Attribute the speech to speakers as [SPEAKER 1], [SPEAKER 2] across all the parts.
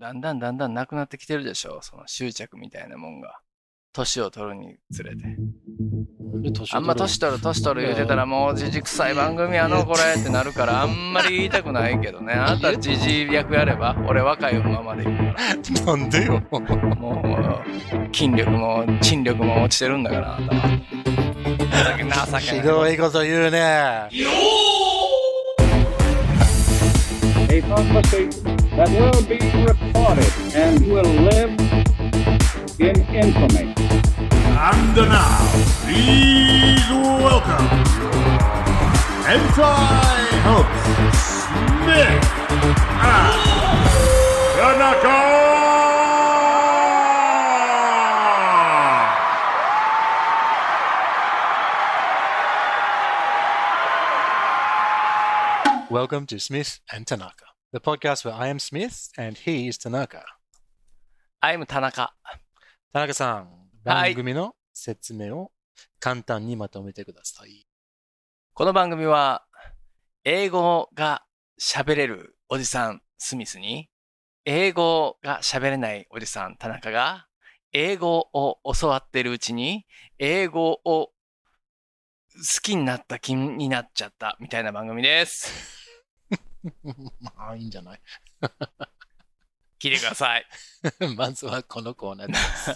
[SPEAKER 1] だんだんだんだんなくなってきてるでしょ、その執着みたいなもんが。年を取るにつれて。あんま年取る年取る言うてたらもうじじくさい番組やのこれってなるからあんまり言いたくないけどね。あなたじじい役やれば俺若いままでいくか
[SPEAKER 2] なんでよ。
[SPEAKER 1] ら。もう筋力も沈力も落ちてるんだからあなたは。情け情
[SPEAKER 2] ひ
[SPEAKER 1] けない。
[SPEAKER 2] どいこと言うね。
[SPEAKER 3] a prophecy that will be recorded and will live in infamy.
[SPEAKER 4] And now, please welcome Hentai Host Smith and Tanaka!
[SPEAKER 2] Welcome to Smith and Tanaka, the podcast where I am Smith and he is Tanaka.
[SPEAKER 1] アイム田中。
[SPEAKER 2] 田中さん、
[SPEAKER 1] はい
[SPEAKER 2] 番組の説明を簡単にまとめてください。
[SPEAKER 1] この番組は、英語が喋れるおじさん、スミスに、英語が喋れないおじさん、田中が、英語を教わってるうちに、英語を好きになった気になっちゃったみたいな番組です。
[SPEAKER 2] まあ、いいんじゃない
[SPEAKER 1] 聞いてください。
[SPEAKER 2] まずはこのコーナーです。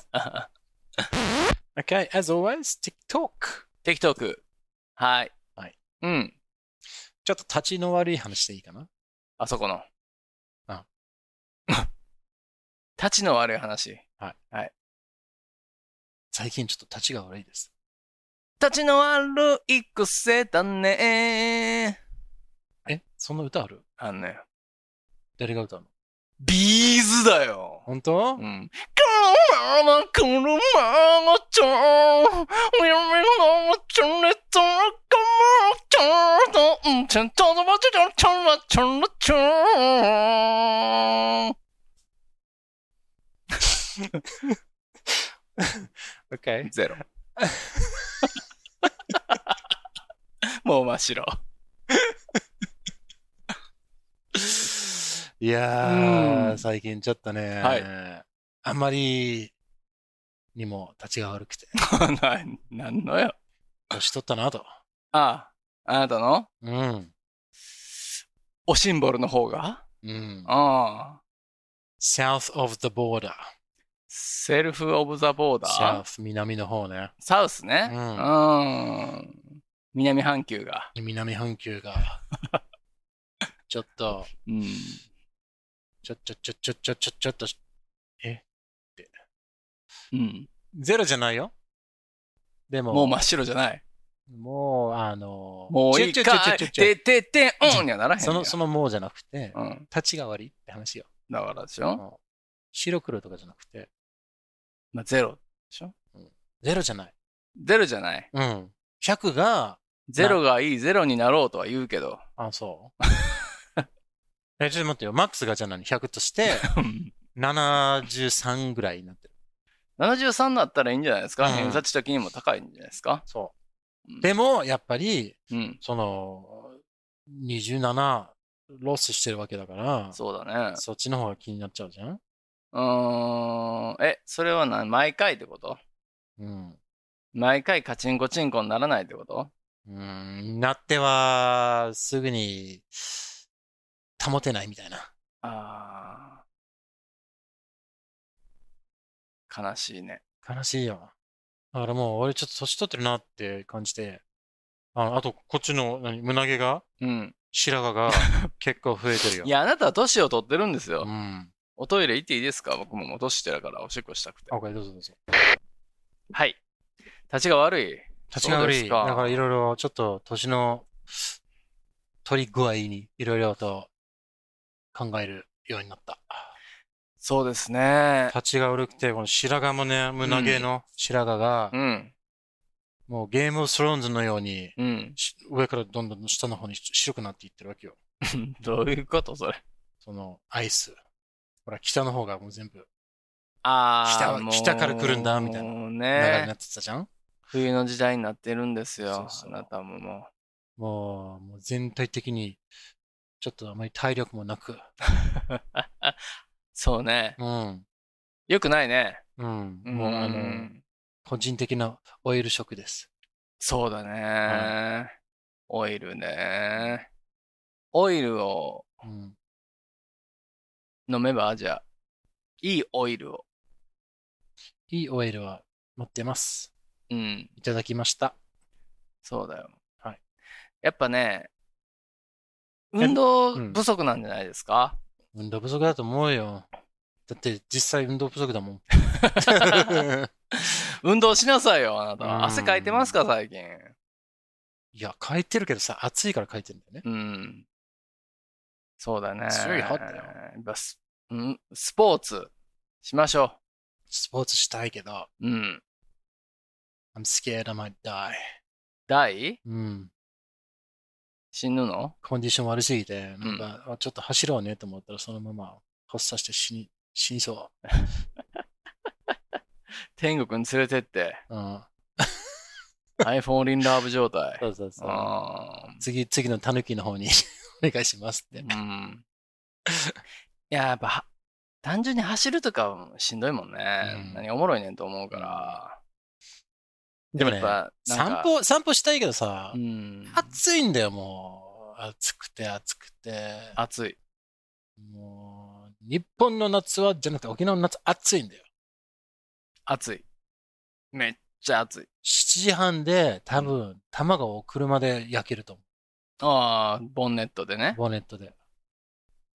[SPEAKER 2] okay, as always, TikTok。
[SPEAKER 1] テキトーク。はい。
[SPEAKER 2] はい
[SPEAKER 1] うん。
[SPEAKER 2] ちょっと立ちの悪い話でいいかな
[SPEAKER 1] あそこの。
[SPEAKER 2] あ。
[SPEAKER 1] 立ちの悪い話。
[SPEAKER 2] 最近ちょっと立ちが悪いです。
[SPEAKER 1] 立ちの悪い癖だね
[SPEAKER 2] え、そんな歌ある
[SPEAKER 1] あのね、
[SPEAKER 2] 誰が歌うの
[SPEAKER 1] ビーズだよ。
[SPEAKER 2] 本当、
[SPEAKER 1] うん。車が車がちゃう。夢がちゃれたかもちゃうと。うんちゃんとどまちゃちゃらちゃらちゃう。
[SPEAKER 2] ?Okay.
[SPEAKER 1] ゼロ。もう真っ白。
[SPEAKER 2] いやー、
[SPEAKER 1] うん
[SPEAKER 2] 最近ちょっとね、
[SPEAKER 1] は
[SPEAKER 2] あんまりにも立ちが悪くて、
[SPEAKER 1] な、なんのよ。
[SPEAKER 2] 年取ったなと。
[SPEAKER 1] ああ、あなたの
[SPEAKER 2] うん。
[SPEAKER 1] おシンボルの方が
[SPEAKER 2] うん。
[SPEAKER 1] ああ。
[SPEAKER 2] south of the border。
[SPEAKER 1] セルフ・オブ・ザ・ボーダー
[SPEAKER 2] south、南の方ね。
[SPEAKER 1] サウスね。
[SPEAKER 2] う
[SPEAKER 1] うん。南半球が。
[SPEAKER 2] 南半球が。ちょっと、
[SPEAKER 1] うん。
[SPEAKER 2] ちょ、ちょ、ちょ、ちょ、ちょ、ちょ、ちょっと、
[SPEAKER 1] うん。
[SPEAKER 2] ゼロじゃないよ。でも、
[SPEAKER 1] もう真っ白じゃない。
[SPEAKER 2] もうあの、
[SPEAKER 1] もういい
[SPEAKER 2] ちょちょち
[SPEAKER 1] か
[SPEAKER 2] ょちょ
[SPEAKER 1] い。
[SPEAKER 2] ちょ
[SPEAKER 1] てててうんにはならへんやん。
[SPEAKER 2] その、そのもうじゃなくて、
[SPEAKER 1] うん。
[SPEAKER 2] 立ちが悪いって話よ。
[SPEAKER 1] だからでしょ
[SPEAKER 2] うん白黒とかじゃなくて、
[SPEAKER 1] まあ、ゼロでしょ
[SPEAKER 2] ゼロじゃない。
[SPEAKER 1] ゼロじゃない。
[SPEAKER 2] うん。100が、
[SPEAKER 1] ゼロがいい、ゼロになろうとは言うけど。
[SPEAKER 2] あ、そう え、ちょっと待ってよ。マックスがじゃあ何 ?100 として、73ぐらいになってる。
[SPEAKER 1] 73になったらいいんじゃないですか、
[SPEAKER 2] うん
[SPEAKER 1] 偏差値的にも高いんじゃないですか
[SPEAKER 2] そう。
[SPEAKER 1] うん
[SPEAKER 2] でも、やっぱり、
[SPEAKER 1] うん。
[SPEAKER 2] その、27ロスしてるわけだから、
[SPEAKER 1] そうだね。
[SPEAKER 2] そっちの方が気になっちゃうじゃん
[SPEAKER 1] うーん。え、それは何毎回ってこと
[SPEAKER 2] うん。
[SPEAKER 1] 毎回カチンコチンコにならないってこと
[SPEAKER 2] うん、なっては、すぐに、保てないみたいな。
[SPEAKER 1] ああ。悲しいね。
[SPEAKER 2] 悲しいよ。だからもう、俺ちょっと年取ってるなって感じて、あのあと、こっちの、何、胸毛が
[SPEAKER 1] うん。
[SPEAKER 2] 白 髪が結構増えてるよ。
[SPEAKER 1] いや、あなたは年を取ってるんですよ
[SPEAKER 2] う。ん。
[SPEAKER 1] おトイレ行っていいですか僕ももう年してるからおしっこしたくて。
[SPEAKER 2] あ、これどうぞどうぞ。
[SPEAKER 1] はい。立ちが悪い。
[SPEAKER 2] 立ちが悪
[SPEAKER 1] そうで
[SPEAKER 2] い。
[SPEAKER 1] す
[SPEAKER 2] だ
[SPEAKER 1] か
[SPEAKER 2] からいろいろちょっと年の取り具合にいろいろと考えるようになった。
[SPEAKER 1] そうですね。
[SPEAKER 2] 立ちが悪くて、この白髪もね、胸毛の白髪が
[SPEAKER 1] う、ん。
[SPEAKER 2] もうゲームオブスローンズのように、
[SPEAKER 1] うん。
[SPEAKER 2] し上からどんどん下の方に白くなっていってるわけよ。
[SPEAKER 1] どういうことそれ。
[SPEAKER 2] そのアイス。ほら、北の方がもう全部
[SPEAKER 1] ああ。
[SPEAKER 2] 北北から来るんだみたいな
[SPEAKER 1] もう
[SPEAKER 2] 流れにな
[SPEAKER 1] ね。
[SPEAKER 2] ってたじゃん
[SPEAKER 1] 冬の時代になってるんですよ。
[SPEAKER 2] そうそう
[SPEAKER 1] あなたもも
[SPEAKER 2] もう、もう全体的に、ちょっとあまり体力もなく、
[SPEAKER 1] う。そうね。
[SPEAKER 2] うん。
[SPEAKER 1] よくないね。
[SPEAKER 2] うん。
[SPEAKER 1] うん
[SPEAKER 2] もう、あの、個人的なオイルショックです。
[SPEAKER 1] そうだね。オイルね。オイルを
[SPEAKER 2] うん。
[SPEAKER 1] 飲めば、じゃあ、いいオイルを。
[SPEAKER 2] いいオイルは持ってます。
[SPEAKER 1] うん。
[SPEAKER 2] いただきました。
[SPEAKER 1] そうだよ。
[SPEAKER 2] はい。
[SPEAKER 1] やっぱね、
[SPEAKER 2] や
[SPEAKER 1] 運動
[SPEAKER 2] うん
[SPEAKER 1] 不足なんじゃないですか、
[SPEAKER 2] 運動不足だと思うよ。だって実際運動不足だもん。
[SPEAKER 1] 運動しなさいよ、あな
[SPEAKER 2] うん
[SPEAKER 1] た。汗かいてますか、最近。
[SPEAKER 2] いや、書いてるけどさ、暑いから書いてんだよね。
[SPEAKER 1] うん。そうだね。
[SPEAKER 2] It's very hot だよ
[SPEAKER 1] やっぱスうん、スポーツしましょ
[SPEAKER 2] スポーツしたいけど、
[SPEAKER 1] う。うん。
[SPEAKER 2] I'm scared I might die.
[SPEAKER 1] 第
[SPEAKER 2] うん。
[SPEAKER 1] 死ぬの
[SPEAKER 2] コンディション悪すぎて、なんか、あちょっと走ろうねと思ったら、そのまま発作して死に、死にそ
[SPEAKER 1] 天国に連れて って、
[SPEAKER 2] う。うん。
[SPEAKER 1] iPhone リンラーブ状態。
[SPEAKER 2] そうそうそう。
[SPEAKER 1] あー
[SPEAKER 2] 次、次のタヌキの方に お願いしますって。
[SPEAKER 1] うん。いや、やっぱは、単純に走るとかはしんどいもんね。
[SPEAKER 2] うん
[SPEAKER 1] 何おもろいねんと思うから。
[SPEAKER 2] でもね
[SPEAKER 1] やっ、ぱ、なんか
[SPEAKER 2] 散歩、散歩したいけどさ
[SPEAKER 1] う、ん。
[SPEAKER 2] 暑いんだよ、もう。暑くて暑くて。
[SPEAKER 1] 暑い。
[SPEAKER 2] もう、日本の夏は、じゃなくて沖縄の夏暑いんだよ。
[SPEAKER 1] 暑い。めっちゃ暑い。
[SPEAKER 2] 7時半で多分、卵を車で焼けると思
[SPEAKER 1] ああ、ボンネットで
[SPEAKER 2] う。
[SPEAKER 1] ね。
[SPEAKER 2] ボンネットで。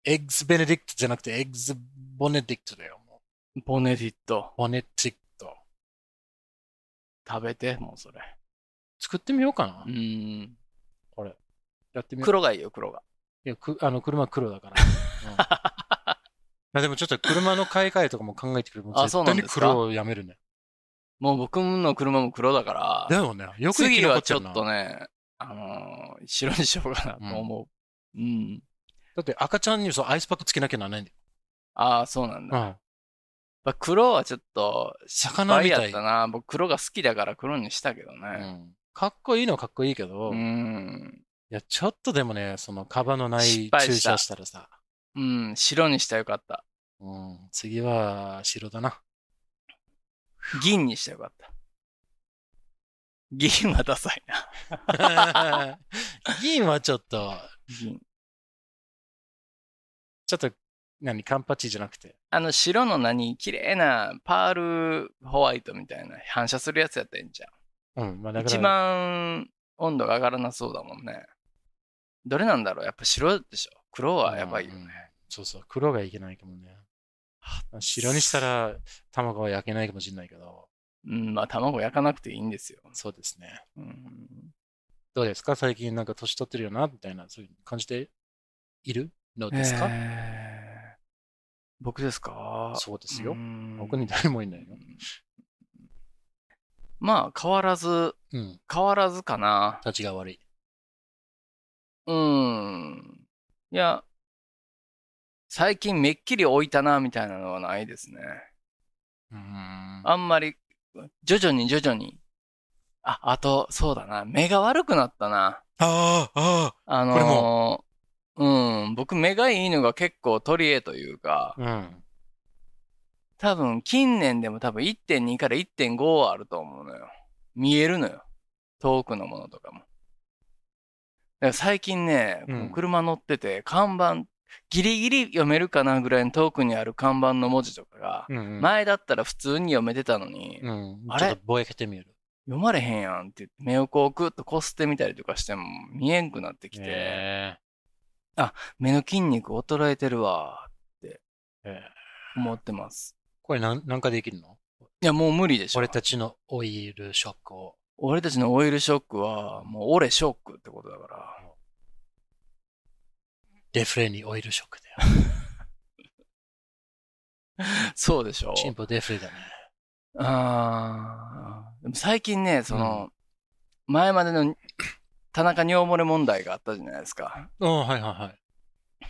[SPEAKER 2] エッグズベネディクトじゃなくて、エッグズボネディクトだよ。も
[SPEAKER 1] ボネディット
[SPEAKER 2] う。ボネディクト。
[SPEAKER 1] 食べて、もうそれ。
[SPEAKER 2] 作ってみようかな。
[SPEAKER 1] うん。
[SPEAKER 2] やってみよう。
[SPEAKER 1] 黒がいいよ、黒が。
[SPEAKER 2] いやくあの車黒だから。 うんいやでもちょっと車の買い替えとかも考えてくる。も
[SPEAKER 1] あそうな
[SPEAKER 2] 絶対
[SPEAKER 1] ん
[SPEAKER 2] に
[SPEAKER 1] ですか
[SPEAKER 2] 黒をやめるね。
[SPEAKER 1] もう僕の車も黒だから。
[SPEAKER 2] だよね。よく生
[SPEAKER 1] 次
[SPEAKER 2] き残
[SPEAKER 1] は
[SPEAKER 2] っ
[SPEAKER 1] ち
[SPEAKER 2] て
[SPEAKER 1] ょ
[SPEAKER 2] るな
[SPEAKER 1] っとね、あのー白にしようかなと思う。うん。
[SPEAKER 2] だって赤ちゃんにそうアイスパックつけなきゃならないんだよ。
[SPEAKER 1] ああ、そうなんだ。
[SPEAKER 2] う
[SPEAKER 1] やっ
[SPEAKER 2] ん
[SPEAKER 1] ぱ黒はちょっと、
[SPEAKER 2] 魚みたい
[SPEAKER 1] 失敗やったな。僕黒が好きだから黒にしたけどね。
[SPEAKER 2] かっこいいのはかっこいいけど、
[SPEAKER 1] う
[SPEAKER 2] い
[SPEAKER 1] ん。
[SPEAKER 2] や、ちょっとでもね、そのカバのない
[SPEAKER 1] 失敗
[SPEAKER 2] 注
[SPEAKER 1] した
[SPEAKER 2] 射したらさ、
[SPEAKER 1] うん、白にしたらよかった。
[SPEAKER 2] うん、次は白だ な。
[SPEAKER 1] 銀にしたらよかった。銀はダサいな。
[SPEAKER 2] 銀はちょっと、
[SPEAKER 1] 銀。
[SPEAKER 2] ちょっと、何、カンパチじゃなくて。
[SPEAKER 1] あの白の何、綺麗なパールホワイトみたいな反射するやつやったらいいんじゃん。
[SPEAKER 2] うん、まあだから、
[SPEAKER 1] 一番温度が上がらなそうだもんね。どれなんだろうやっぱ白でしょ黒はやばいよ
[SPEAKER 2] うんうん
[SPEAKER 1] ね。
[SPEAKER 2] そうそう、黒がいけないかもね。白にしたら卵は焼けないかもしれないけど、
[SPEAKER 1] うん、まあ卵焼かなくていいんですよ。
[SPEAKER 2] そうですね。
[SPEAKER 1] うん、
[SPEAKER 2] どうですか最近なんか年取ってるよなみたいな、そういう感じているのですか、
[SPEAKER 1] えー僕ですか
[SPEAKER 2] そうですよ
[SPEAKER 1] う。ん
[SPEAKER 2] 僕に誰もいないよ。
[SPEAKER 1] まあ変わらず、
[SPEAKER 2] うん。
[SPEAKER 1] 変わらずかな。
[SPEAKER 2] 立ちが悪い。
[SPEAKER 1] うん。いや、最近めっきり置いたな、みたいなのはないですね。
[SPEAKER 2] うん。
[SPEAKER 1] あんまり、徐々に徐々に。あ、あと、そうだな。目が悪くなったな。
[SPEAKER 2] ああ、
[SPEAKER 1] あ
[SPEAKER 2] これ
[SPEAKER 1] のーうん、僕目がいいのが結構取り柄というか、
[SPEAKER 2] うん。
[SPEAKER 1] 多分近年でも多分1.2から1.5はあると思うのよ。見えるのよ。遠くのものとかも。だから最近ね、
[SPEAKER 2] うん
[SPEAKER 1] この車乗ってて、看板、ギリギリ読めるかなぐらいの遠くにある看板の文字とかが、
[SPEAKER 2] うん。
[SPEAKER 1] 前だったら普通に読めてたのに、
[SPEAKER 2] うん。
[SPEAKER 1] あ
[SPEAKER 2] ち
[SPEAKER 1] れ
[SPEAKER 2] ょっとぼやけてみる。
[SPEAKER 1] 読まれへんやんって言って目をこうグッとこすってみたりとかしても見えんくなってきて、
[SPEAKER 2] え
[SPEAKER 1] 目の筋肉衰えてるわ
[SPEAKER 2] ーえ
[SPEAKER 1] ー
[SPEAKER 2] ー
[SPEAKER 1] 思ってます
[SPEAKER 2] これなんなんかできるの
[SPEAKER 1] いやもう無理でしょ
[SPEAKER 2] 俺たちのオイルショックを。
[SPEAKER 1] 俺たちのオイルショックはもう俺ショックってことだから
[SPEAKER 2] デフレにオイルショックだよ。
[SPEAKER 1] そうでしょ
[SPEAKER 2] チンポデフレだね。
[SPEAKER 1] あーでも最近ねその、前までの田中尿漏れ問題があったじゃないですか
[SPEAKER 2] ああ、はいはいはい。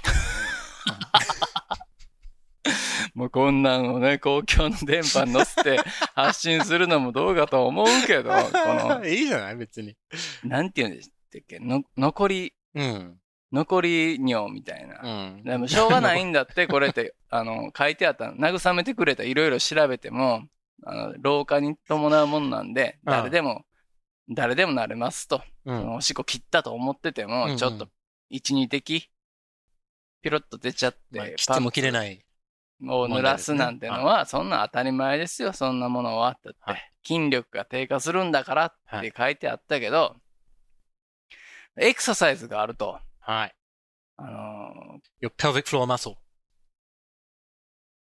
[SPEAKER 1] もうこんなのね公共の電波に乗せ て発信するのもどうかと思うけどこの
[SPEAKER 2] いいじゃない別に。
[SPEAKER 1] なんて言うんでしたっけの残り
[SPEAKER 2] うん。
[SPEAKER 1] 残り尿みたいな。
[SPEAKER 2] うん。
[SPEAKER 1] でもしょうがないんだって、これ って、あの、書いてあった、慰めてくれた、いろいろ調べても、あの、老化に伴うもんなんで、
[SPEAKER 2] うん
[SPEAKER 1] 誰でも、誰でもなれますと。
[SPEAKER 2] う
[SPEAKER 1] その
[SPEAKER 2] ん。
[SPEAKER 1] おしっこ切ったと思ってて
[SPEAKER 2] うんう
[SPEAKER 1] も、
[SPEAKER 2] ん
[SPEAKER 1] ちょっと、一、二滴、ピロッと出ちゃって、
[SPEAKER 2] まあ切っても切れ
[SPEAKER 1] い。
[SPEAKER 2] ない。
[SPEAKER 1] を濡らすなんてのは、そんな当たり前ですよ、そんなものは。だって、
[SPEAKER 2] は
[SPEAKER 1] 筋力が低下するんだからっ
[SPEAKER 2] は
[SPEAKER 1] て
[SPEAKER 2] い
[SPEAKER 1] 書いてあったけど、エクササイズがあると、
[SPEAKER 2] はい。
[SPEAKER 1] あの
[SPEAKER 2] Your pelvic floor muscle.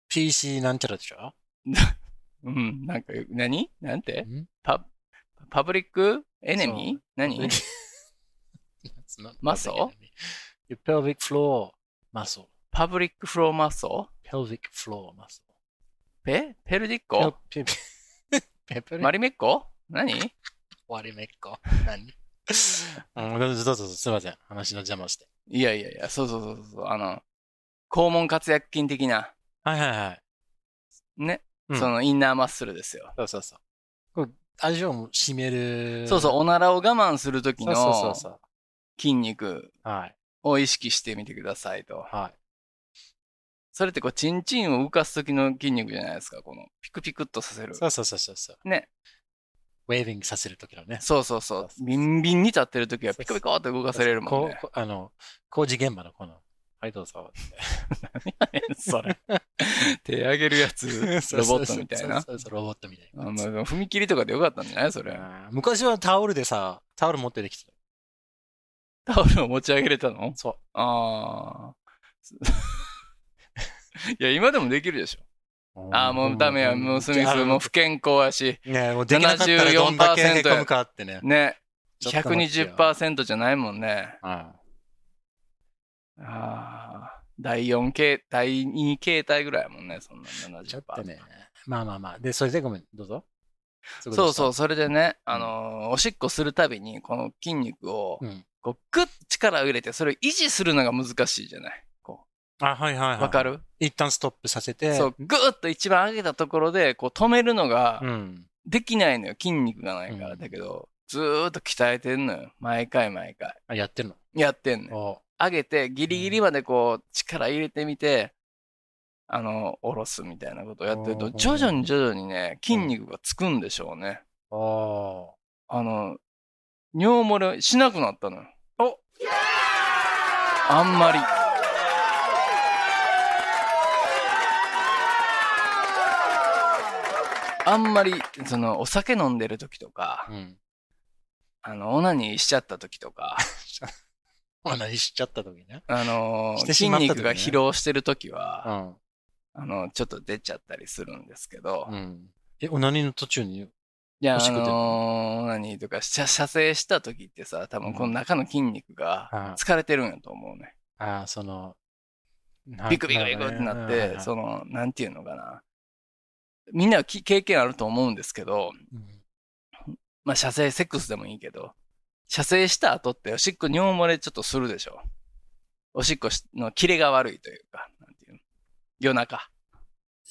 [SPEAKER 2] PC なんちゃらでし ょ
[SPEAKER 1] うん、なんか、何なんて
[SPEAKER 2] ん
[SPEAKER 1] パパブリックエネ
[SPEAKER 2] そ
[SPEAKER 1] ミー
[SPEAKER 2] う
[SPEAKER 1] 何
[SPEAKER 2] That's not-
[SPEAKER 1] マッソ
[SPEAKER 2] Your pelvic floor muscle.
[SPEAKER 1] パブリックフローマッソ
[SPEAKER 2] pelvic floor muscle.
[SPEAKER 1] ペペルディッコ
[SPEAKER 2] ペペペペ
[SPEAKER 1] マリメッコ何
[SPEAKER 2] 割りめっ こ。何うん、どうぞどうぞ、すいません。話の邪魔をして。
[SPEAKER 1] いやいやいや、そうそうそうそう、あの、肛門括約筋的な、
[SPEAKER 2] はいはいはい。
[SPEAKER 1] ね、
[SPEAKER 2] うん
[SPEAKER 1] そのインナーマッスルですよ。
[SPEAKER 2] そうそうそう。これ、味を締める。
[SPEAKER 1] そうそう、おならを我慢するとき
[SPEAKER 2] そうそうそ
[SPEAKER 1] の
[SPEAKER 2] うそう。
[SPEAKER 1] 筋肉
[SPEAKER 2] はい。
[SPEAKER 1] を意識してみてくださいと。
[SPEAKER 2] はい。
[SPEAKER 1] それってこう、チンチンを浮かすときの筋肉じゃないですか、この、ピクピクっとさせる。
[SPEAKER 2] そうそうそうそうそう。
[SPEAKER 1] ね。
[SPEAKER 2] ウェービングさせるときのね。
[SPEAKER 1] そうそうそう。ビンビンに立ってるときは
[SPEAKER 2] そうそう
[SPEAKER 1] ピコピコって動かせれるもんね。
[SPEAKER 2] こうこうあの、工事現場のこの、はいどうぞ。
[SPEAKER 1] それ。 手上げるやつ、 ロボットみたいな。
[SPEAKER 2] そうそうそうロボットみたい
[SPEAKER 1] あ
[SPEAKER 2] な。
[SPEAKER 1] まあでも踏切とかでよかったんじゃないそれ。
[SPEAKER 2] あー昔はタオルでさ、タオル持ってきてた。
[SPEAKER 1] タオルを持ち上げれたの
[SPEAKER 2] そ
[SPEAKER 1] ああ。 いや、今でもできるでしょ。
[SPEAKER 2] う。
[SPEAKER 1] ああ、もうダメや。もうスミス、もう不健康やし。
[SPEAKER 2] ねえもうできなかったらどんだけへこむかってね。
[SPEAKER 1] ね。
[SPEAKER 2] ちょっと待ってよ
[SPEAKER 1] 120%じゃないもんね。
[SPEAKER 2] うん
[SPEAKER 1] ああ。第4形、第2形態ぐらいやもんね、そんな70%。
[SPEAKER 2] ちょっとね。まあまあまあ。で、それでごめん、どうぞ。
[SPEAKER 1] そうそうう、それでね、あのーおしっこするたびに、この筋肉を、
[SPEAKER 2] うん
[SPEAKER 1] こう、グッと力を入れて、それを維持するのが難しいじゃない。こ
[SPEAKER 2] あ、はいはいは
[SPEAKER 1] う、
[SPEAKER 2] い。
[SPEAKER 1] わかる、
[SPEAKER 2] 一旦ストップさせて。
[SPEAKER 1] そう、グーッと一番上げたところで、こう、止めるのが
[SPEAKER 2] う、ん。
[SPEAKER 1] できないのよ。筋肉がないから。
[SPEAKER 2] うん
[SPEAKER 1] だけど、ずーっと鍛えてんのよ。毎回毎回。
[SPEAKER 2] あ、やってるの。
[SPEAKER 1] やってんのよ。
[SPEAKER 2] お
[SPEAKER 1] 上げて、ギリギリまでこう、力入れてみて、あの、下ろすみたいなことをやってる
[SPEAKER 2] う
[SPEAKER 1] と、
[SPEAKER 2] ん
[SPEAKER 1] 徐々に徐々にね、筋肉がつくんでしょうね。
[SPEAKER 2] お
[SPEAKER 1] あの、尿漏れしなくなったのよ。おあんまり。あんまり、その、お酒飲んでる時とか、
[SPEAKER 2] うん。
[SPEAKER 1] あの、オナニーしちゃった時とか、
[SPEAKER 2] お話ししちゃった時ね。
[SPEAKER 1] あの、
[SPEAKER 2] して
[SPEAKER 1] 筋
[SPEAKER 2] しまった時ね
[SPEAKER 1] 肉が疲労してる時は、
[SPEAKER 2] ん。
[SPEAKER 1] あの、ちょっと出ちゃったりするんですけど、
[SPEAKER 2] うん。え、お何の途中に
[SPEAKER 1] いや、
[SPEAKER 2] 欲
[SPEAKER 1] あ
[SPEAKER 2] しくて
[SPEAKER 1] の、オナニーとか、射射精した時ってさ、多分この中の筋肉が疲れてるんやと思うね。
[SPEAKER 2] ああ、その、
[SPEAKER 1] ビクビクビクってなって、その、なんていうのかな。みんなはき経験あると思うんですけど、まあ、射精、セックスでもいいけど、射精した後って、おしっこ尿漏れちょっとするでしょ。おしっこしのキレが悪いというか、なんていうの。夜中。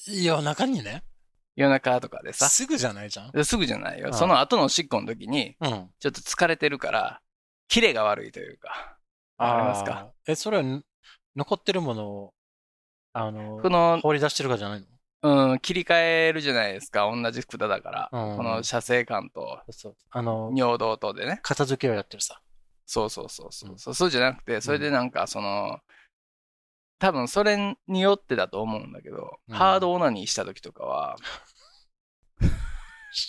[SPEAKER 2] いや、中にね、
[SPEAKER 1] 夜中とかでさ、
[SPEAKER 2] すぐじゃないじゃん。
[SPEAKER 1] すぐじゃないよ。
[SPEAKER 2] ん
[SPEAKER 1] その後のおしっこの時に、
[SPEAKER 2] うん。
[SPEAKER 1] ちょっと疲れてるから、キレが悪いというか、わかりますか
[SPEAKER 2] あーえ、それはん残ってるものを、あの
[SPEAKER 1] こ、の、
[SPEAKER 2] 放り出してるかじゃないの
[SPEAKER 1] うん、切り替えるじゃないですか。同じ管だから。
[SPEAKER 2] うん
[SPEAKER 1] この射精感と、
[SPEAKER 2] そうそう。あの、
[SPEAKER 1] 尿道とでね。
[SPEAKER 2] 片付けをやってるさ。
[SPEAKER 1] そうそうそうそう。
[SPEAKER 2] うん
[SPEAKER 1] そうそうじゃなくて、それでなんかその、多分それによってだと思うんだけど、
[SPEAKER 2] うん
[SPEAKER 1] ハードオナニーした時とかは、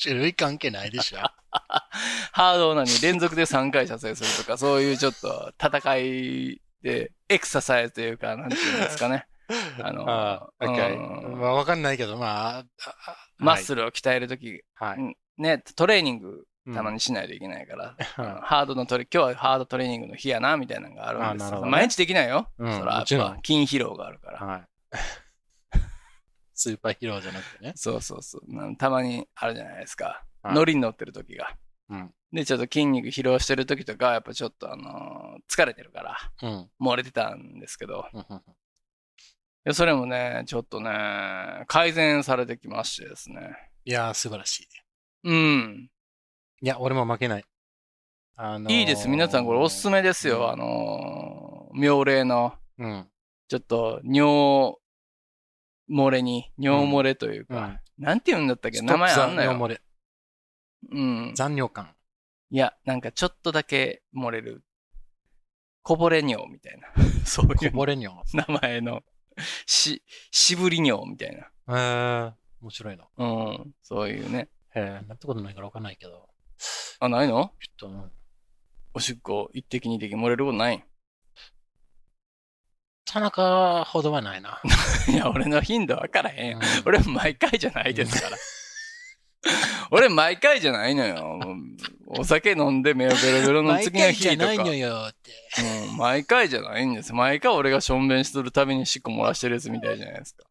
[SPEAKER 2] 種類関係ないで しょ。
[SPEAKER 1] ハードオナニー連続で3回射精するとか、そういうちょっと戦いで、エクササイズというか、なんていうんです かね。あの
[SPEAKER 2] あ
[SPEAKER 1] う
[SPEAKER 2] あ、OK。
[SPEAKER 1] ん
[SPEAKER 2] まあ、わかんないけど、まああ、あ
[SPEAKER 1] マッスルを鍛える時、
[SPEAKER 2] はい。はい
[SPEAKER 1] ね、トレーニング
[SPEAKER 2] うん
[SPEAKER 1] たまにしないといけない から、
[SPEAKER 2] うん
[SPEAKER 1] あのハードのトレ、今日はハードトレーニングの日やな、みたいなのがあるんで
[SPEAKER 2] あ
[SPEAKER 1] す
[SPEAKER 2] なる
[SPEAKER 1] よ。
[SPEAKER 2] ほどね
[SPEAKER 1] 毎日できないよ。
[SPEAKER 2] うん
[SPEAKER 1] そら、やっ
[SPEAKER 2] もちろ
[SPEAKER 1] ぱ
[SPEAKER 2] ん
[SPEAKER 1] 筋疲労があるから。
[SPEAKER 2] はい。スーパーヒーローじゃなくてね。
[SPEAKER 1] そうそうそう。なんたまにあるじゃないですか。
[SPEAKER 2] はい
[SPEAKER 1] 乗りに乗ってる時が。
[SPEAKER 2] うん
[SPEAKER 1] で、ちょっと筋肉疲労してる時とか、やっぱちょっとあのー疲れてるから、
[SPEAKER 2] うん。
[SPEAKER 1] 漏れてたんですけど、
[SPEAKER 2] うんうん
[SPEAKER 1] でそれもね、ちょっとね、改善されてきましてですね。
[SPEAKER 2] いやー、素晴らしい。
[SPEAKER 1] うん。
[SPEAKER 2] いや、俺も負けない。あのー
[SPEAKER 1] いいです。皆さんこれおすすめですよ。あの妙齢の、
[SPEAKER 2] うん。
[SPEAKER 1] ちょっと、尿漏れに、尿漏れという
[SPEAKER 2] う
[SPEAKER 1] か、
[SPEAKER 2] ん。
[SPEAKER 1] なんて言うんだったっけ
[SPEAKER 2] ス
[SPEAKER 1] 名
[SPEAKER 2] トップ
[SPEAKER 1] 前あん
[SPEAKER 2] 残
[SPEAKER 1] の
[SPEAKER 2] 尿
[SPEAKER 1] よ。
[SPEAKER 2] 漏れ。
[SPEAKER 1] うん。
[SPEAKER 2] 残 尿感。
[SPEAKER 1] いや、なんかちょっとだけ漏れる。こぼれ尿みたいな。 そうい
[SPEAKER 2] こ
[SPEAKER 1] う
[SPEAKER 2] ぼれ尿。
[SPEAKER 1] 名前の、し、渋り尿みたいな。
[SPEAKER 2] へえ。面白いな。
[SPEAKER 1] うん。そういうね。
[SPEAKER 2] へえ。なったことないからわかんないけど。ち
[SPEAKER 1] あ、ないの
[SPEAKER 2] ょっと、
[SPEAKER 1] おしっこ一滴二滴漏れることない
[SPEAKER 2] 田中ほどはないな。
[SPEAKER 1] いや、俺の頻度わからへんよ。
[SPEAKER 2] うん
[SPEAKER 1] 俺毎回じゃないですから。 俺毎回じゃないのよ。もうお酒飲んで目をベロベロの
[SPEAKER 2] 毎
[SPEAKER 1] 次の
[SPEAKER 2] 回じゃ
[SPEAKER 1] 日と
[SPEAKER 2] な
[SPEAKER 1] か。
[SPEAKER 2] いのよって。
[SPEAKER 1] うん毎回じゃないんです。毎回俺がしょんべんしとるたびにしっこ漏らしてるやつみたいじゃないですか。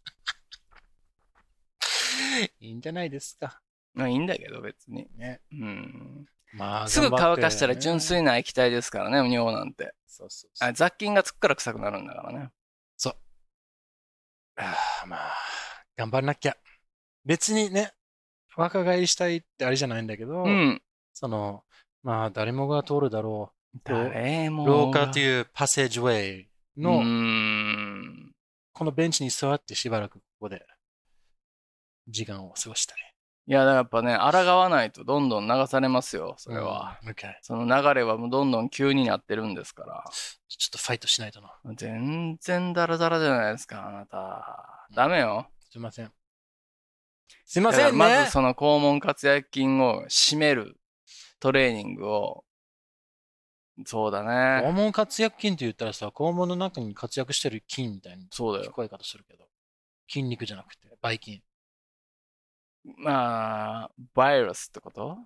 [SPEAKER 2] いいんじゃないですか。
[SPEAKER 1] まあいいんだけど別に。
[SPEAKER 2] ね。
[SPEAKER 1] うん、
[SPEAKER 2] まあ、
[SPEAKER 1] すぐ乾かしたら
[SPEAKER 2] 頑張って
[SPEAKER 1] 純。粋な液体ですからね、尿なんて。
[SPEAKER 2] そうそうそう
[SPEAKER 1] あ雑菌がつくから臭くなるんだからね。
[SPEAKER 2] ああまあ、頑張んなきゃ。別にね、若返りしたいってあれじゃないんだけど、
[SPEAKER 1] うん。
[SPEAKER 2] その、まあ、誰もが通るだろ
[SPEAKER 1] 誰
[SPEAKER 2] う。
[SPEAKER 1] もが。
[SPEAKER 2] 廊下と
[SPEAKER 1] う
[SPEAKER 2] いうパッセージウェイ
[SPEAKER 1] うー
[SPEAKER 2] の、
[SPEAKER 1] ん。
[SPEAKER 2] このベンチに座ってしばらくここで、時間を過ごしたい。
[SPEAKER 1] いや、だからやっぱね、抗わないとどんどん流されますよ、それは。
[SPEAKER 2] うん。OK
[SPEAKER 1] その流れはもうどんどん急になってるんですから。
[SPEAKER 2] ちょっとファイトしないとな。
[SPEAKER 1] 全然ダラダラじゃないですか、あなた。ダメよ。
[SPEAKER 2] すいません。すいま
[SPEAKER 1] だ
[SPEAKER 2] せ
[SPEAKER 1] か
[SPEAKER 2] んね。
[SPEAKER 1] らまずその肛門括約筋を締めるトレーニングを、そうだね。
[SPEAKER 2] 肛門活躍筋って言ったらさ、肛門の中に活躍してる筋みたいな
[SPEAKER 1] そうだ
[SPEAKER 2] 聞
[SPEAKER 1] よ。
[SPEAKER 2] こえ方するけど、筋肉じゃなくて、ばい筋。
[SPEAKER 1] まあ、バイラスってこと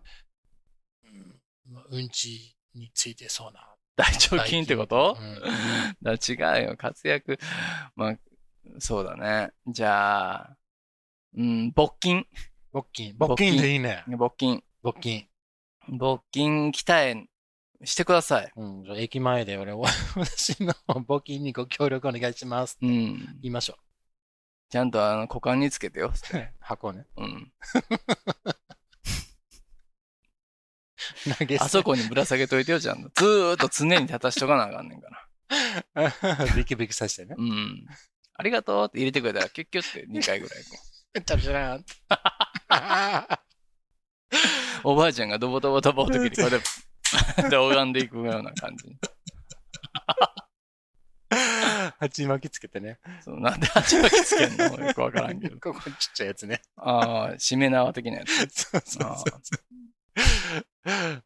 [SPEAKER 2] うんまあうんちについてそうな。
[SPEAKER 1] 大腸筋ってこと、
[SPEAKER 2] うん
[SPEAKER 1] だから違うよ。活躍。まあ、そうだね。じゃあ、うん、勃筋。
[SPEAKER 2] 勃筋。
[SPEAKER 1] 勃
[SPEAKER 2] 勃
[SPEAKER 1] 筋
[SPEAKER 2] 筋でいいね。
[SPEAKER 1] 勃筋。
[SPEAKER 2] 勃筋。
[SPEAKER 1] 勃筋鍛えしてください。
[SPEAKER 2] うん、じゃあ駅前で俺、お 私の募金にご協力お願いします。
[SPEAKER 1] うん。
[SPEAKER 2] 言いましょ
[SPEAKER 1] ちゃんとあの股間につけてよ。
[SPEAKER 2] う。箱ね。
[SPEAKER 1] うん。
[SPEAKER 2] 投げ
[SPEAKER 1] あそこにぶら下げといてよ、ちゃんと。ずーっと常に立たしとかなあかんねんから。
[SPEAKER 2] こ。 ビキビキさせ てね。
[SPEAKER 1] うん。ありがとうって入れてくれたら、キュッキュッって2回ぐらいこ
[SPEAKER 2] チャラチャラーンって。
[SPEAKER 1] う。おばあちゃんがドボドボドボってきて、こうやって、で拝んでいくような感じ。
[SPEAKER 2] 鉢巻きつけてね。
[SPEAKER 1] そうなんで鉢巻きつけんのよくわからんけど。
[SPEAKER 2] ここちっちゃいや つね。
[SPEAKER 1] ああ、しめ縄的なやつ。
[SPEAKER 2] そうそう
[SPEAKER 1] あ
[SPEAKER 2] そう。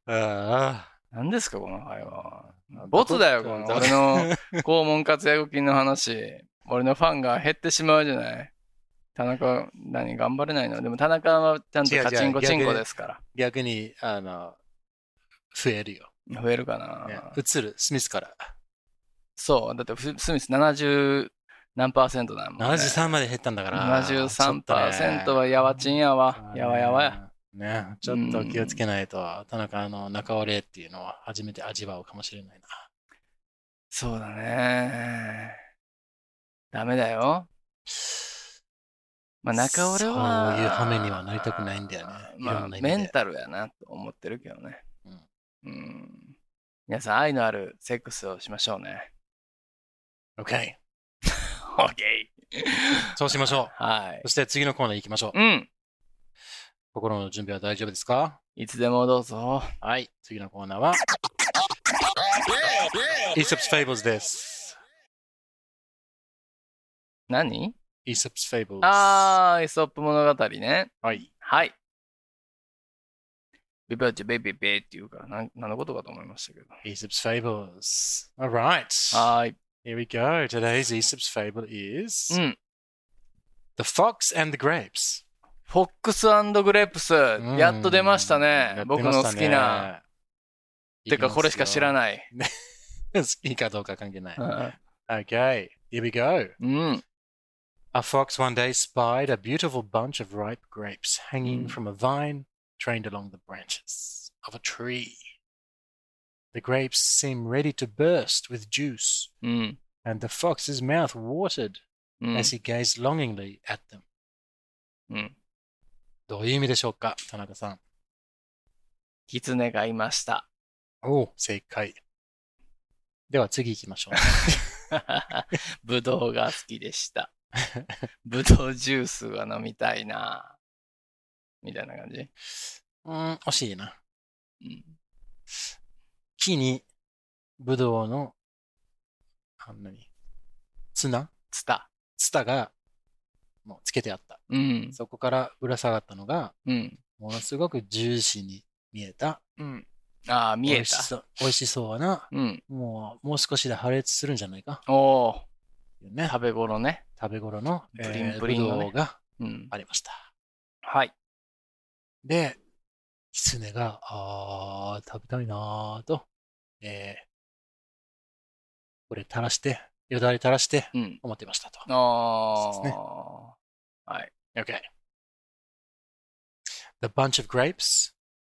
[SPEAKER 2] ああ。
[SPEAKER 1] 何ですか、この会話。ボツだよ、この俺の肛門活躍金の話。俺のファンが減ってしまうじゃない。田中、何、頑張れないのでも田中はちゃんとカチンコチンコですか
[SPEAKER 2] 逆に、あの、増えるよ。
[SPEAKER 1] ら。増えるかな。
[SPEAKER 2] ね移る、スミスから。
[SPEAKER 1] そう。だってフ、スミス70何パーセントだもん、ね。
[SPEAKER 2] 73まで減ったんだから。
[SPEAKER 1] 73%はやわちんやわ。やわやわや。
[SPEAKER 2] や。ね、ちょっと気をつけないと、田中の中折れっていうのは初めて味わうかもしれないな。
[SPEAKER 1] そうだね。ダメだよ。まあ、中俺は。
[SPEAKER 2] そういう羽目にはなりたくないんだよねい
[SPEAKER 1] ま
[SPEAKER 2] ろ
[SPEAKER 1] あ、
[SPEAKER 2] んな意味
[SPEAKER 1] メ
[SPEAKER 2] で
[SPEAKER 1] ンタルやなと思ってるけどね。うん。皆さん、愛のあるセックスをしましょう ね。
[SPEAKER 2] OK!
[SPEAKER 1] オッケー
[SPEAKER 2] そうしましょう。
[SPEAKER 1] はい
[SPEAKER 2] そ。して次のコーナー行きましょう。
[SPEAKER 1] うん。
[SPEAKER 2] 心の準備は大丈夫ですか
[SPEAKER 1] いつでもどうぞ。
[SPEAKER 2] はい。次のコーナーは、イーソプス・フェイブルズです。
[SPEAKER 1] 何
[SPEAKER 2] イーソプス・フェイブルズ。
[SPEAKER 1] あー、イソップ物語ね。
[SPEAKER 2] はい。
[SPEAKER 1] はい。ビビチベビベって言うから、なん何のことかと思いましたけど。
[SPEAKER 2] Aesop's Fables. All right.
[SPEAKER 1] はーい。
[SPEAKER 2] Here we go. Today's Aesop's Fable is
[SPEAKER 1] うん。
[SPEAKER 2] The Fox and the Grapes.
[SPEAKER 1] フォックスグレープス、やっと出ましたね。
[SPEAKER 2] うん
[SPEAKER 1] 僕の好きな。。
[SPEAKER 2] 出
[SPEAKER 1] て
[SPEAKER 2] てましたね
[SPEAKER 1] か、これしか知らない。
[SPEAKER 2] いきますよ。 好きかどうか関係な い。
[SPEAKER 1] うん。
[SPEAKER 2] Okay, here we go.
[SPEAKER 1] うん。
[SPEAKER 2] A fox one day spied a beautiful bunch of ripe grapes hanging
[SPEAKER 1] Mm.
[SPEAKER 2] from a vine trained along the branches of a tree. The grapes seemed ready to burst with juice,
[SPEAKER 1] うん。
[SPEAKER 2] and the fox's mouth watered
[SPEAKER 1] うん
[SPEAKER 2] as he gazed longingly at them.
[SPEAKER 1] うん。
[SPEAKER 2] どういう意味でしょうか、田中さん。
[SPEAKER 1] 狐がいました。
[SPEAKER 2] お正解。では次行きましょう。
[SPEAKER 1] ぶどうが好きでした。 ぶどうジュースが飲みたいな。みたいな感じ。
[SPEAKER 2] うーん、惜しいな。
[SPEAKER 1] うん、
[SPEAKER 2] 木に、ぶどうの、あんなに、ツナ
[SPEAKER 1] ツタ。
[SPEAKER 2] ツタが、もうつけてあった。
[SPEAKER 1] うん。
[SPEAKER 2] そこからぶら下がったのが、
[SPEAKER 1] うん。
[SPEAKER 2] ものすごくジューシーに見えた。
[SPEAKER 1] うん。ああ、見
[SPEAKER 2] 美
[SPEAKER 1] え。
[SPEAKER 2] 味したそう美味しそうな、
[SPEAKER 1] うん。
[SPEAKER 2] もう、もう少しで破裂するんじゃないか。
[SPEAKER 1] おお
[SPEAKER 2] というね
[SPEAKER 1] ー、、食べ頃ね。
[SPEAKER 2] 食べ頃の、
[SPEAKER 1] プリンプリンのね
[SPEAKER 2] ぶどうが
[SPEAKER 1] うん。
[SPEAKER 2] ありました。
[SPEAKER 1] はい。
[SPEAKER 2] で、キツネが、あー、食べたいなーと、えー、これ垂らして、よだれ垂らして、
[SPEAKER 1] うん。
[SPEAKER 2] 思ってましたと。
[SPEAKER 1] あ
[SPEAKER 2] そう
[SPEAKER 1] あ、
[SPEAKER 2] ですね
[SPEAKER 1] はい。
[SPEAKER 2] Okay. The bunch of grapes,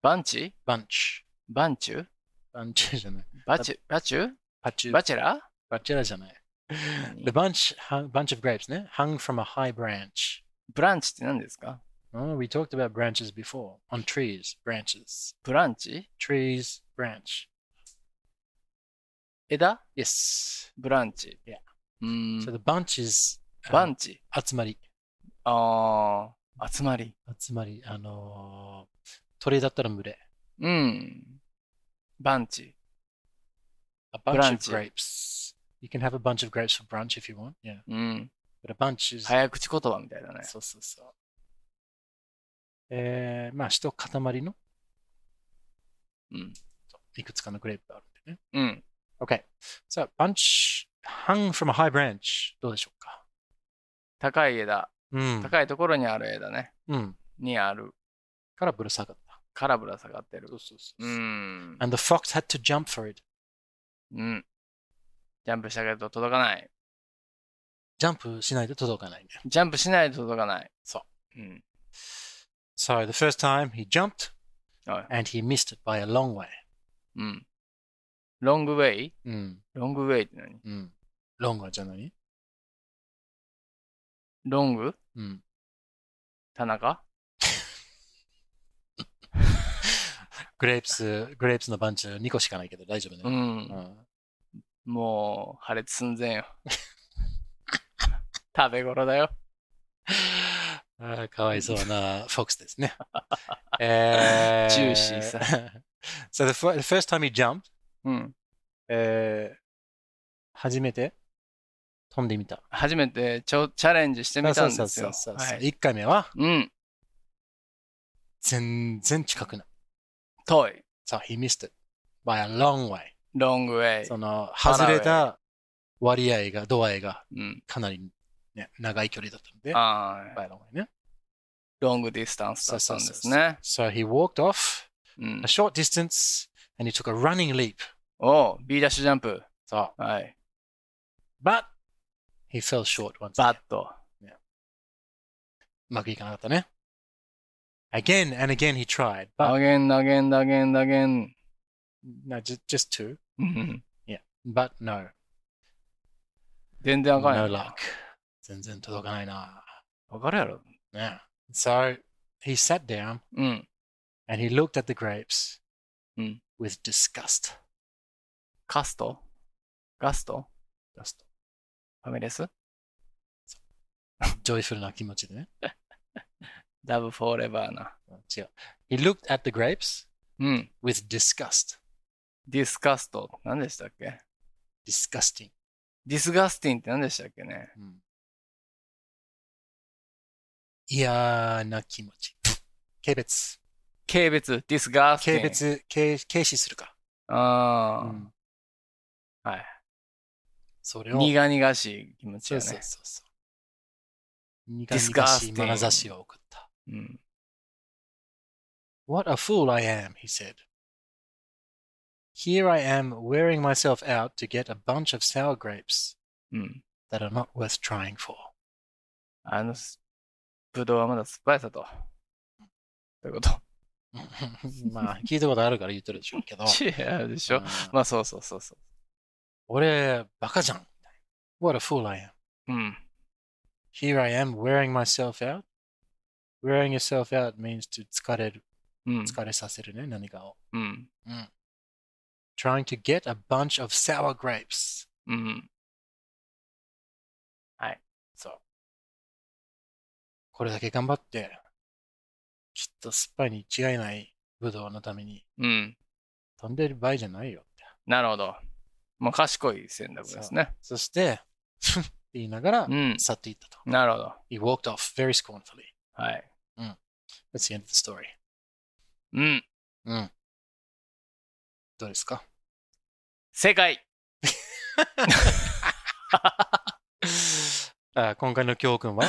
[SPEAKER 1] バンチ
[SPEAKER 2] bunch,
[SPEAKER 1] バンチュ
[SPEAKER 2] bunch じゃない。
[SPEAKER 1] バチュバチュ
[SPEAKER 2] パチュ、
[SPEAKER 1] バチェラ
[SPEAKER 2] バチェラじゃない。The bunch, hung- bunch of grapes ね。hung from a high branch.
[SPEAKER 1] ブランチって何ですか
[SPEAKER 2] Oh, we talked about branches before. On trees, branches.
[SPEAKER 1] ブランチ
[SPEAKER 2] Trees, branch.
[SPEAKER 1] 枝
[SPEAKER 2] Yes.
[SPEAKER 1] ブランチ。
[SPEAKER 2] Yeah.
[SPEAKER 1] うー
[SPEAKER 2] So
[SPEAKER 1] ん。
[SPEAKER 2] the bunch is
[SPEAKER 1] バンチ。
[SPEAKER 2] あの集まり。
[SPEAKER 1] ああ、集まり。
[SPEAKER 2] 集まり、あのー鳥だったら群れ。
[SPEAKER 1] うん。バンチ。
[SPEAKER 2] A
[SPEAKER 1] ブラ
[SPEAKER 2] bunch
[SPEAKER 1] ン
[SPEAKER 2] of
[SPEAKER 1] チ
[SPEAKER 2] grapes. You can have a bunch of grapes for brunch if you want. Yeah.
[SPEAKER 1] うん。
[SPEAKER 2] But a bunch is
[SPEAKER 1] 早口言葉みたいだね。
[SPEAKER 2] そうそうそう。えー、まあ、一塊の、
[SPEAKER 1] うん
[SPEAKER 2] いくつかのグレープがあるんでね。
[SPEAKER 1] うん。
[SPEAKER 2] OK。さあ、bunch hung from a high branch。どうでしょうか
[SPEAKER 1] 高い枝。
[SPEAKER 2] うん。
[SPEAKER 1] 高いところにある枝ね。
[SPEAKER 2] うん。
[SPEAKER 1] にある。
[SPEAKER 2] からぶら下がった。
[SPEAKER 1] からぶら下がってる。
[SPEAKER 2] そうそう
[SPEAKER 1] う。ん。
[SPEAKER 2] And the fox had to jump for it.
[SPEAKER 1] うん。ジャンプしたけど届かない。
[SPEAKER 2] ジャンプしないと届かないね。
[SPEAKER 1] ジャンプしないと届かない。。
[SPEAKER 2] そう
[SPEAKER 1] うん。
[SPEAKER 2] So the first time he jumped
[SPEAKER 1] はい
[SPEAKER 2] and he missed it by a long way.
[SPEAKER 1] うん。ロングウェイ
[SPEAKER 2] うん。
[SPEAKER 1] ロングウェイって何
[SPEAKER 2] うん。long way じゃない
[SPEAKER 1] ロング
[SPEAKER 2] うん。
[SPEAKER 1] 田中
[SPEAKER 2] グレープス、グレープスのバンチ2個しかないけど大丈夫
[SPEAKER 1] う
[SPEAKER 2] ね。
[SPEAKER 1] ん。もう、破裂寸前よ。 食べ頃だよ。
[SPEAKER 2] ああ、かわいそうなフォックスです ね。え
[SPEAKER 1] ジューシーさ。
[SPEAKER 2] so the, fir- the first time he jumped,
[SPEAKER 1] うん。
[SPEAKER 2] えー、初めて飛んでみた。
[SPEAKER 1] 初めてちょチャレンジしてみたんですよ。
[SPEAKER 2] そうそうそう
[SPEAKER 1] は
[SPEAKER 2] そう。
[SPEAKER 1] い
[SPEAKER 2] 一回目は
[SPEAKER 1] うん。
[SPEAKER 2] 全然近くない。
[SPEAKER 1] 遠い。
[SPEAKER 2] So he missed it by a long way.
[SPEAKER 1] ロングウェイ
[SPEAKER 2] そ。の外れた割合が、度合いが
[SPEAKER 1] うん。
[SPEAKER 2] かなり、ね、長い距離だったので、
[SPEAKER 1] ああ、
[SPEAKER 2] by a long way ね。
[SPEAKER 1] ロングディスタンスだったんで
[SPEAKER 2] そう
[SPEAKER 1] す
[SPEAKER 2] そうそう
[SPEAKER 1] ね。
[SPEAKER 2] So he walked off
[SPEAKER 1] うん
[SPEAKER 2] a short distance and he took a running leap.
[SPEAKER 1] おう、B ダッシュジャンプ。
[SPEAKER 2] So,
[SPEAKER 1] はい。
[SPEAKER 2] but he fell short once
[SPEAKER 1] バ
[SPEAKER 2] again.
[SPEAKER 1] ット。
[SPEAKER 2] うまくいかなかったね。Again and again he tried,
[SPEAKER 1] ダ
[SPEAKER 2] but
[SPEAKER 1] ゲン、ダゲン、ダゲン、ダゲン。
[SPEAKER 2] no, just, just two.
[SPEAKER 1] うん。
[SPEAKER 2] But no,
[SPEAKER 1] 全然あかん
[SPEAKER 2] no
[SPEAKER 1] やん。
[SPEAKER 2] luck. 全然届かないな。
[SPEAKER 1] わかるやろ。
[SPEAKER 2] ね。So he sat down
[SPEAKER 1] うん。
[SPEAKER 2] and he looked at the grapes
[SPEAKER 1] うん。
[SPEAKER 2] with disgust.
[SPEAKER 1] カストガスト
[SPEAKER 2] Disgust.
[SPEAKER 1] ファミレス
[SPEAKER 2] ジョイフルな気持ちでね。
[SPEAKER 1] ダブフォーレバーな。
[SPEAKER 2] 違う。He looked at the grapes
[SPEAKER 1] うん。
[SPEAKER 2] with disgust.
[SPEAKER 1] ディスカスト。何でしたっけ
[SPEAKER 2] Disgusting.
[SPEAKER 1] ディスガスティンって何でしたっけね
[SPEAKER 2] うん嫌な気持ち。軽蔑。
[SPEAKER 1] 軽蔑。ディスガスティ
[SPEAKER 2] 軽
[SPEAKER 1] ン。
[SPEAKER 2] 蔑、軽軽視するか。
[SPEAKER 1] ああ、
[SPEAKER 2] うん
[SPEAKER 1] はい。
[SPEAKER 2] それを。
[SPEAKER 1] 苦々しい気持ち
[SPEAKER 2] そ
[SPEAKER 1] よ
[SPEAKER 2] う
[SPEAKER 1] ね。
[SPEAKER 2] そうそうそう。苦々しい
[SPEAKER 1] Disgusting
[SPEAKER 2] 眼差しを送った。
[SPEAKER 1] うん、
[SPEAKER 2] What a fool I am, he said. Here I am wearing myself out to get a bunch of sour grapes
[SPEAKER 1] うん。
[SPEAKER 2] that are not worth trying for.
[SPEAKER 1] あの、すぶどうはまだ酸っぱいさと。ということ。
[SPEAKER 2] まあ、聞いたことあるから言ってるでしょうけど。
[SPEAKER 1] 違 うでしょ
[SPEAKER 2] うん。
[SPEAKER 1] まあ、そうそうそうそ
[SPEAKER 2] 俺、バカじゃん。What a fool I am.
[SPEAKER 1] う。うん。
[SPEAKER 2] Here I am wearing myself out. Wearing yourself out means to 疲れる。
[SPEAKER 1] うん。
[SPEAKER 2] 疲れさせるね、何かを。
[SPEAKER 1] うん。
[SPEAKER 2] trying to get a bunch of sour grapes.
[SPEAKER 1] うん。
[SPEAKER 2] そう。これだけ頑張って、きっと酸っぱいに違いないブドウのために
[SPEAKER 1] うん。
[SPEAKER 2] 飛んでる場合じゃないよって。
[SPEAKER 1] なるほど。まあ、賢い戦略ですね。
[SPEAKER 2] そして、 ふんって言いながら
[SPEAKER 1] う、ん。
[SPEAKER 2] 去っていったと。
[SPEAKER 1] なるほど。
[SPEAKER 2] He walked off very scornfully.
[SPEAKER 1] はい。
[SPEAKER 2] That's the end of the story.
[SPEAKER 1] うん。
[SPEAKER 2] うん。どうですか
[SPEAKER 1] 正解。
[SPEAKER 2] あ今回の教訓は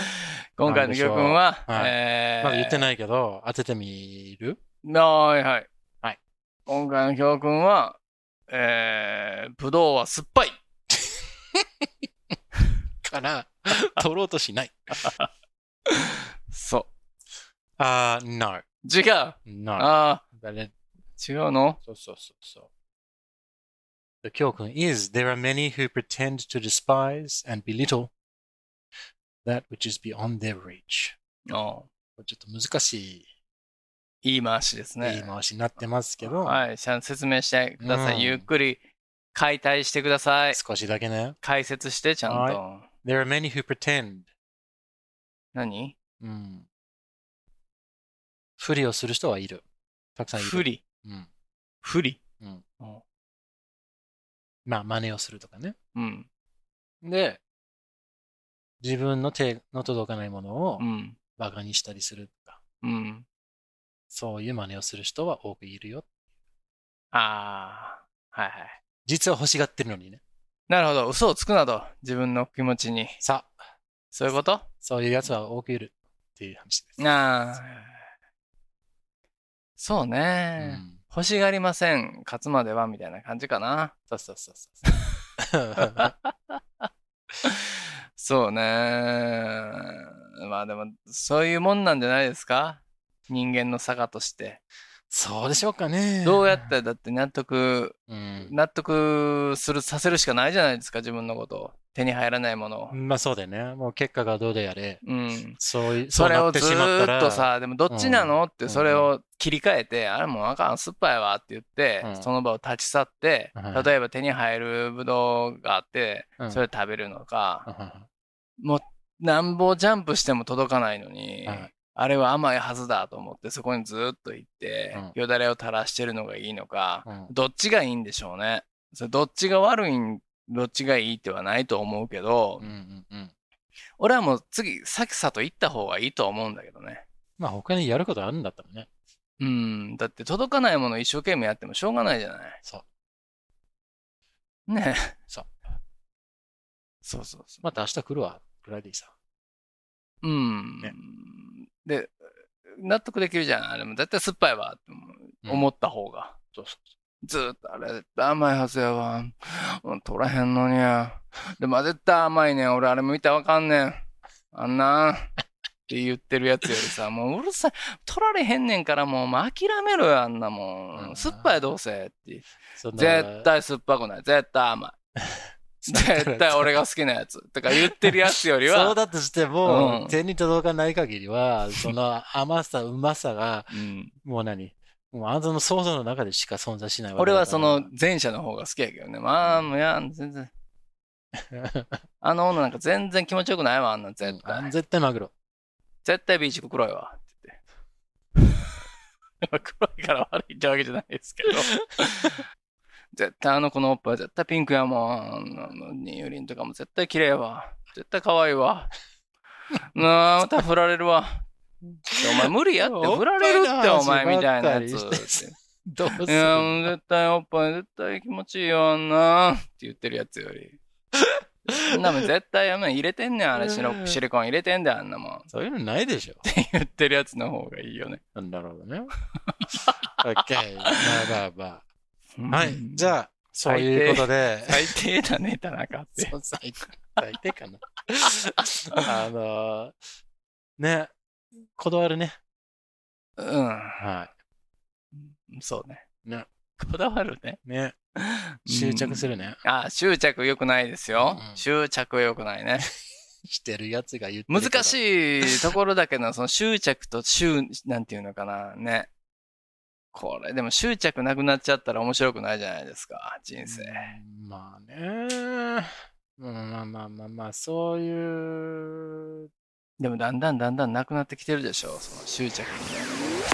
[SPEAKER 1] 今回の教訓は、
[SPEAKER 2] なんでしょうはい
[SPEAKER 1] えー、
[SPEAKER 2] まだ言って
[SPEAKER 1] い。
[SPEAKER 2] ないけど、当ててみる
[SPEAKER 1] はいはい。
[SPEAKER 2] はい
[SPEAKER 1] 今回の教訓は、えー、ぶどうは酸っぱい。
[SPEAKER 2] から、取ろうとしない。
[SPEAKER 1] そ
[SPEAKER 2] あ、no.
[SPEAKER 1] う。違う。あ
[SPEAKER 2] No.
[SPEAKER 1] あ
[SPEAKER 2] But it-
[SPEAKER 1] ー、違うの
[SPEAKER 2] そうそうそうそう。The 教訓 is there are many who pretend to despise and belittle that which is beyond their reach.
[SPEAKER 1] ああ
[SPEAKER 2] これちょっと難しい
[SPEAKER 1] 言い回しですね。
[SPEAKER 2] 言い回しになってますけど、
[SPEAKER 1] はい、ちゃんと説明してください。
[SPEAKER 2] うん
[SPEAKER 1] ゆっくり解体してください。
[SPEAKER 2] 少しだけね。
[SPEAKER 1] 解説して、ちゃんと。
[SPEAKER 2] There are many who pretend
[SPEAKER 1] 何
[SPEAKER 2] うん。不利をする人はいる。たくさんいる。
[SPEAKER 1] 不。利。
[SPEAKER 2] うん。
[SPEAKER 1] 不利。
[SPEAKER 2] まあ、真似をするとかね。
[SPEAKER 1] うん。
[SPEAKER 2] で、自分の手の届かないものを
[SPEAKER 1] うん。
[SPEAKER 2] バカにしたりするとか、
[SPEAKER 1] うん。
[SPEAKER 2] そういう真似をする人は多くいるよ。
[SPEAKER 1] ああ。はいはい。
[SPEAKER 2] 実は欲しがってるのにね。
[SPEAKER 1] なるほど。嘘をつくなど。自分の気持ちに。
[SPEAKER 2] さあ、
[SPEAKER 1] そういうこと
[SPEAKER 2] そういうやつは多くいるっていう話です。
[SPEAKER 1] ああ。そう
[SPEAKER 2] う
[SPEAKER 1] ね、
[SPEAKER 2] ん。
[SPEAKER 1] 欲しがりません。勝つまでは、みたいな感じかな。
[SPEAKER 2] そうそうそう そう。
[SPEAKER 1] そうね。まあでも、そういうもんなんじゃないですか人間の坂として。
[SPEAKER 2] そうでしょうかね。
[SPEAKER 1] どうやってだって納得、
[SPEAKER 2] うん。
[SPEAKER 1] 納得する、させるしかないじゃないですか、自分のことを。手に入らないものを。
[SPEAKER 2] まあそうだよね。もう結果がどうであれ、
[SPEAKER 1] うん。
[SPEAKER 2] そういう、
[SPEAKER 1] それ
[SPEAKER 2] うな
[SPEAKER 1] を
[SPEAKER 2] っ
[SPEAKER 1] ず
[SPEAKER 2] てしま
[SPEAKER 1] ー
[SPEAKER 2] た
[SPEAKER 1] っ
[SPEAKER 2] ら
[SPEAKER 1] と、さ、でもどっちなのってそれを切り替えて、あれもうあかん、酸っぱいわって言って
[SPEAKER 2] う、ん
[SPEAKER 1] その場を立ち去って
[SPEAKER 2] うん、
[SPEAKER 1] 例えば手に入るブドウがあって
[SPEAKER 2] う、ん
[SPEAKER 1] それを食べるの
[SPEAKER 2] う
[SPEAKER 1] か、
[SPEAKER 2] んうんうん
[SPEAKER 1] なんぼジャンプしても届かないのに
[SPEAKER 2] はい、
[SPEAKER 1] あれは甘いはずだと思って、そこにずーっと行って
[SPEAKER 2] うん、
[SPEAKER 1] よだれを垂らしてるのがいいのか、
[SPEAKER 2] うん
[SPEAKER 1] どっちがいいんでしょうね。それどっちが悪いん、どっちがいいってはないと思うけど、
[SPEAKER 2] うんうんうん。
[SPEAKER 1] 俺はもう次、さきさと行った方がいいと思うんだけどね。
[SPEAKER 2] まあ他にやることあるんだったらね。
[SPEAKER 1] うん。だって届かないもの一生懸命やってもしょうがないじゃない。。
[SPEAKER 2] そう
[SPEAKER 1] ねえ。
[SPEAKER 2] そう。
[SPEAKER 1] そうそうそ
[SPEAKER 2] また明日来るわ。ぐらいでいいさ。
[SPEAKER 1] う。うん。
[SPEAKER 2] ね
[SPEAKER 1] で、納得できるじゃん。あれも絶対酸っぱいわって思う
[SPEAKER 2] うん
[SPEAKER 1] 思った方が。
[SPEAKER 2] そうそ
[SPEAKER 1] ずーっとあれ、絶対甘いはずやわ。うん取らへんのにや。でも絶対甘いねん。俺あれも見たらわかんねん。あんなん。って言ってるやつよりさ、もううるさい。取られへんねんからもう、もう諦めろよ、あんなも。
[SPEAKER 2] うんん
[SPEAKER 1] 酸っぱいどうせって。
[SPEAKER 2] そん な
[SPEAKER 1] 絶。対酸っぱくない。絶対甘い。絶対俺が好きなやつ。とか言ってるやつよりは。
[SPEAKER 2] そうだとしても、
[SPEAKER 1] うん
[SPEAKER 2] 手に届かない限りは、その甘さ、うまさが、
[SPEAKER 1] うん
[SPEAKER 2] もう何もうあなたの想像の中でしか存在しないわけ
[SPEAKER 1] 俺はその
[SPEAKER 2] だか
[SPEAKER 1] 前者の方が好きやけどね。まあ、もうやん、全然。あの女なんか全然気持ちよくないわ、あんなん
[SPEAKER 2] ら、
[SPEAKER 1] 絶対
[SPEAKER 2] うん。 絶対マグロ。
[SPEAKER 1] 絶対ビーチ黒いわって言って。 黒いから悪いってわけじゃないです けど。絶対あの子のおっぱい絶対ピンクやもん。あのニユリンとかも絶対綺麗わ。絶対可愛いわ。なあ、また振られるわ。お前無理やって、振られるってお前みたいなやつ。
[SPEAKER 2] おっぱいの話ばっかりしてどうす
[SPEAKER 1] い
[SPEAKER 2] る
[SPEAKER 1] や、もう絶対おっぱい絶対気持ちいいよ、あんな。 って言ってるやつより。そんなもん絶対やめん入れてんねん、あれシロ
[SPEAKER 2] うん
[SPEAKER 1] シリコン入れてんだよ、あんなもん。
[SPEAKER 2] そういうのないでしょ。
[SPEAKER 1] 言って るやつの方がいいよね。
[SPEAKER 2] なるほどね。OK。まあまあまあ。はい。じ
[SPEAKER 1] あ。
[SPEAKER 2] ゃあ、そういうことで。
[SPEAKER 1] 最低だね、田中 って。
[SPEAKER 2] そう最低最低かな。あのーね、こだわるね。
[SPEAKER 1] う
[SPEAKER 2] は
[SPEAKER 1] ん。そうね。
[SPEAKER 2] ね
[SPEAKER 1] こだわるね。
[SPEAKER 2] い。ね、執着す
[SPEAKER 1] る。
[SPEAKER 2] るね。
[SPEAKER 1] あ、執着良くないですよ
[SPEAKER 2] う。ん
[SPEAKER 1] 執着良くない ね。
[SPEAKER 2] してるやつが言ってるけど。
[SPEAKER 1] 難しいところだけど、その執着と執、なんていうのかな、ね。これ、でも執着なくなっちゃったら面白くないじゃないですか、人生。
[SPEAKER 2] うんまあね。うんまあまあまあまあ、そういう。
[SPEAKER 1] でもだんだんだんだんなくなってきてるでしょ、その執着みたいなものが。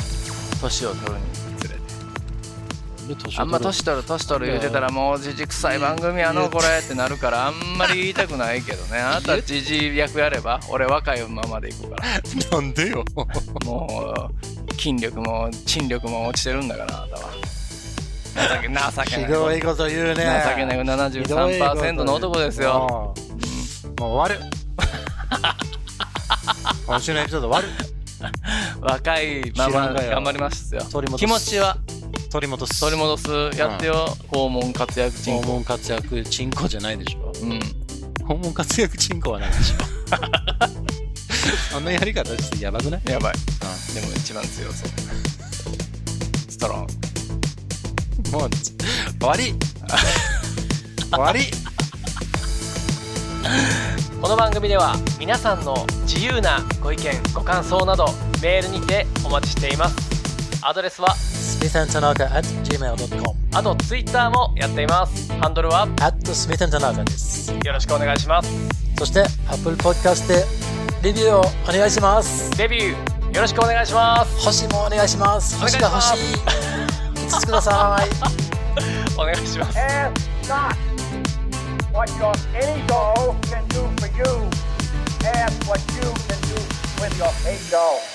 [SPEAKER 1] 年を取るにつれて。あんま年取る年取る言うてたらもうじじくさい番組やのこれってなるからあんまり言いたくないけど ねあなたじじ役やれば俺若いままでいくから
[SPEAKER 2] なんでよ。
[SPEAKER 1] もう筋力も沈力も落ちてるんだからあなたは情け情
[SPEAKER 2] ひ
[SPEAKER 1] けない
[SPEAKER 2] どいこと言うね。
[SPEAKER 1] 情けない73%の男ですよ
[SPEAKER 2] よ。もう 終わる。今週のエピソード終わる。
[SPEAKER 1] 若いまま頑張りますよ
[SPEAKER 2] 取り戻す。
[SPEAKER 1] 気持ちは
[SPEAKER 2] 取り戻す。
[SPEAKER 1] 取り戻すやってよ肛門活躍人
[SPEAKER 2] 訪
[SPEAKER 1] 口
[SPEAKER 2] 問活躍チンコじゃないでしょ。
[SPEAKER 1] うん
[SPEAKER 2] 訪問活躍チンコはないで しょ。そんなやり方してやばくない
[SPEAKER 1] やばいでも一番強そうストロン
[SPEAKER 2] もう終わり終わり
[SPEAKER 1] この番組では皆さんの自由なご意見ご感想などメールにてお待ちしていますアドレスは
[SPEAKER 2] スミ t ン n a ナ a at gmail.com
[SPEAKER 1] あとツイッターもやっていますハンドルは
[SPEAKER 2] at スミ t ン n a ナ a です
[SPEAKER 1] よろしくお願いします
[SPEAKER 2] そして Apple Podcast でレビューをお願いします
[SPEAKER 1] デビューよろしくお願いします
[SPEAKER 2] 星もお願いします星が欲しい5つください
[SPEAKER 1] お願いします
[SPEAKER 5] Ask not what your ego can do for you. Ask what you can do with your ego.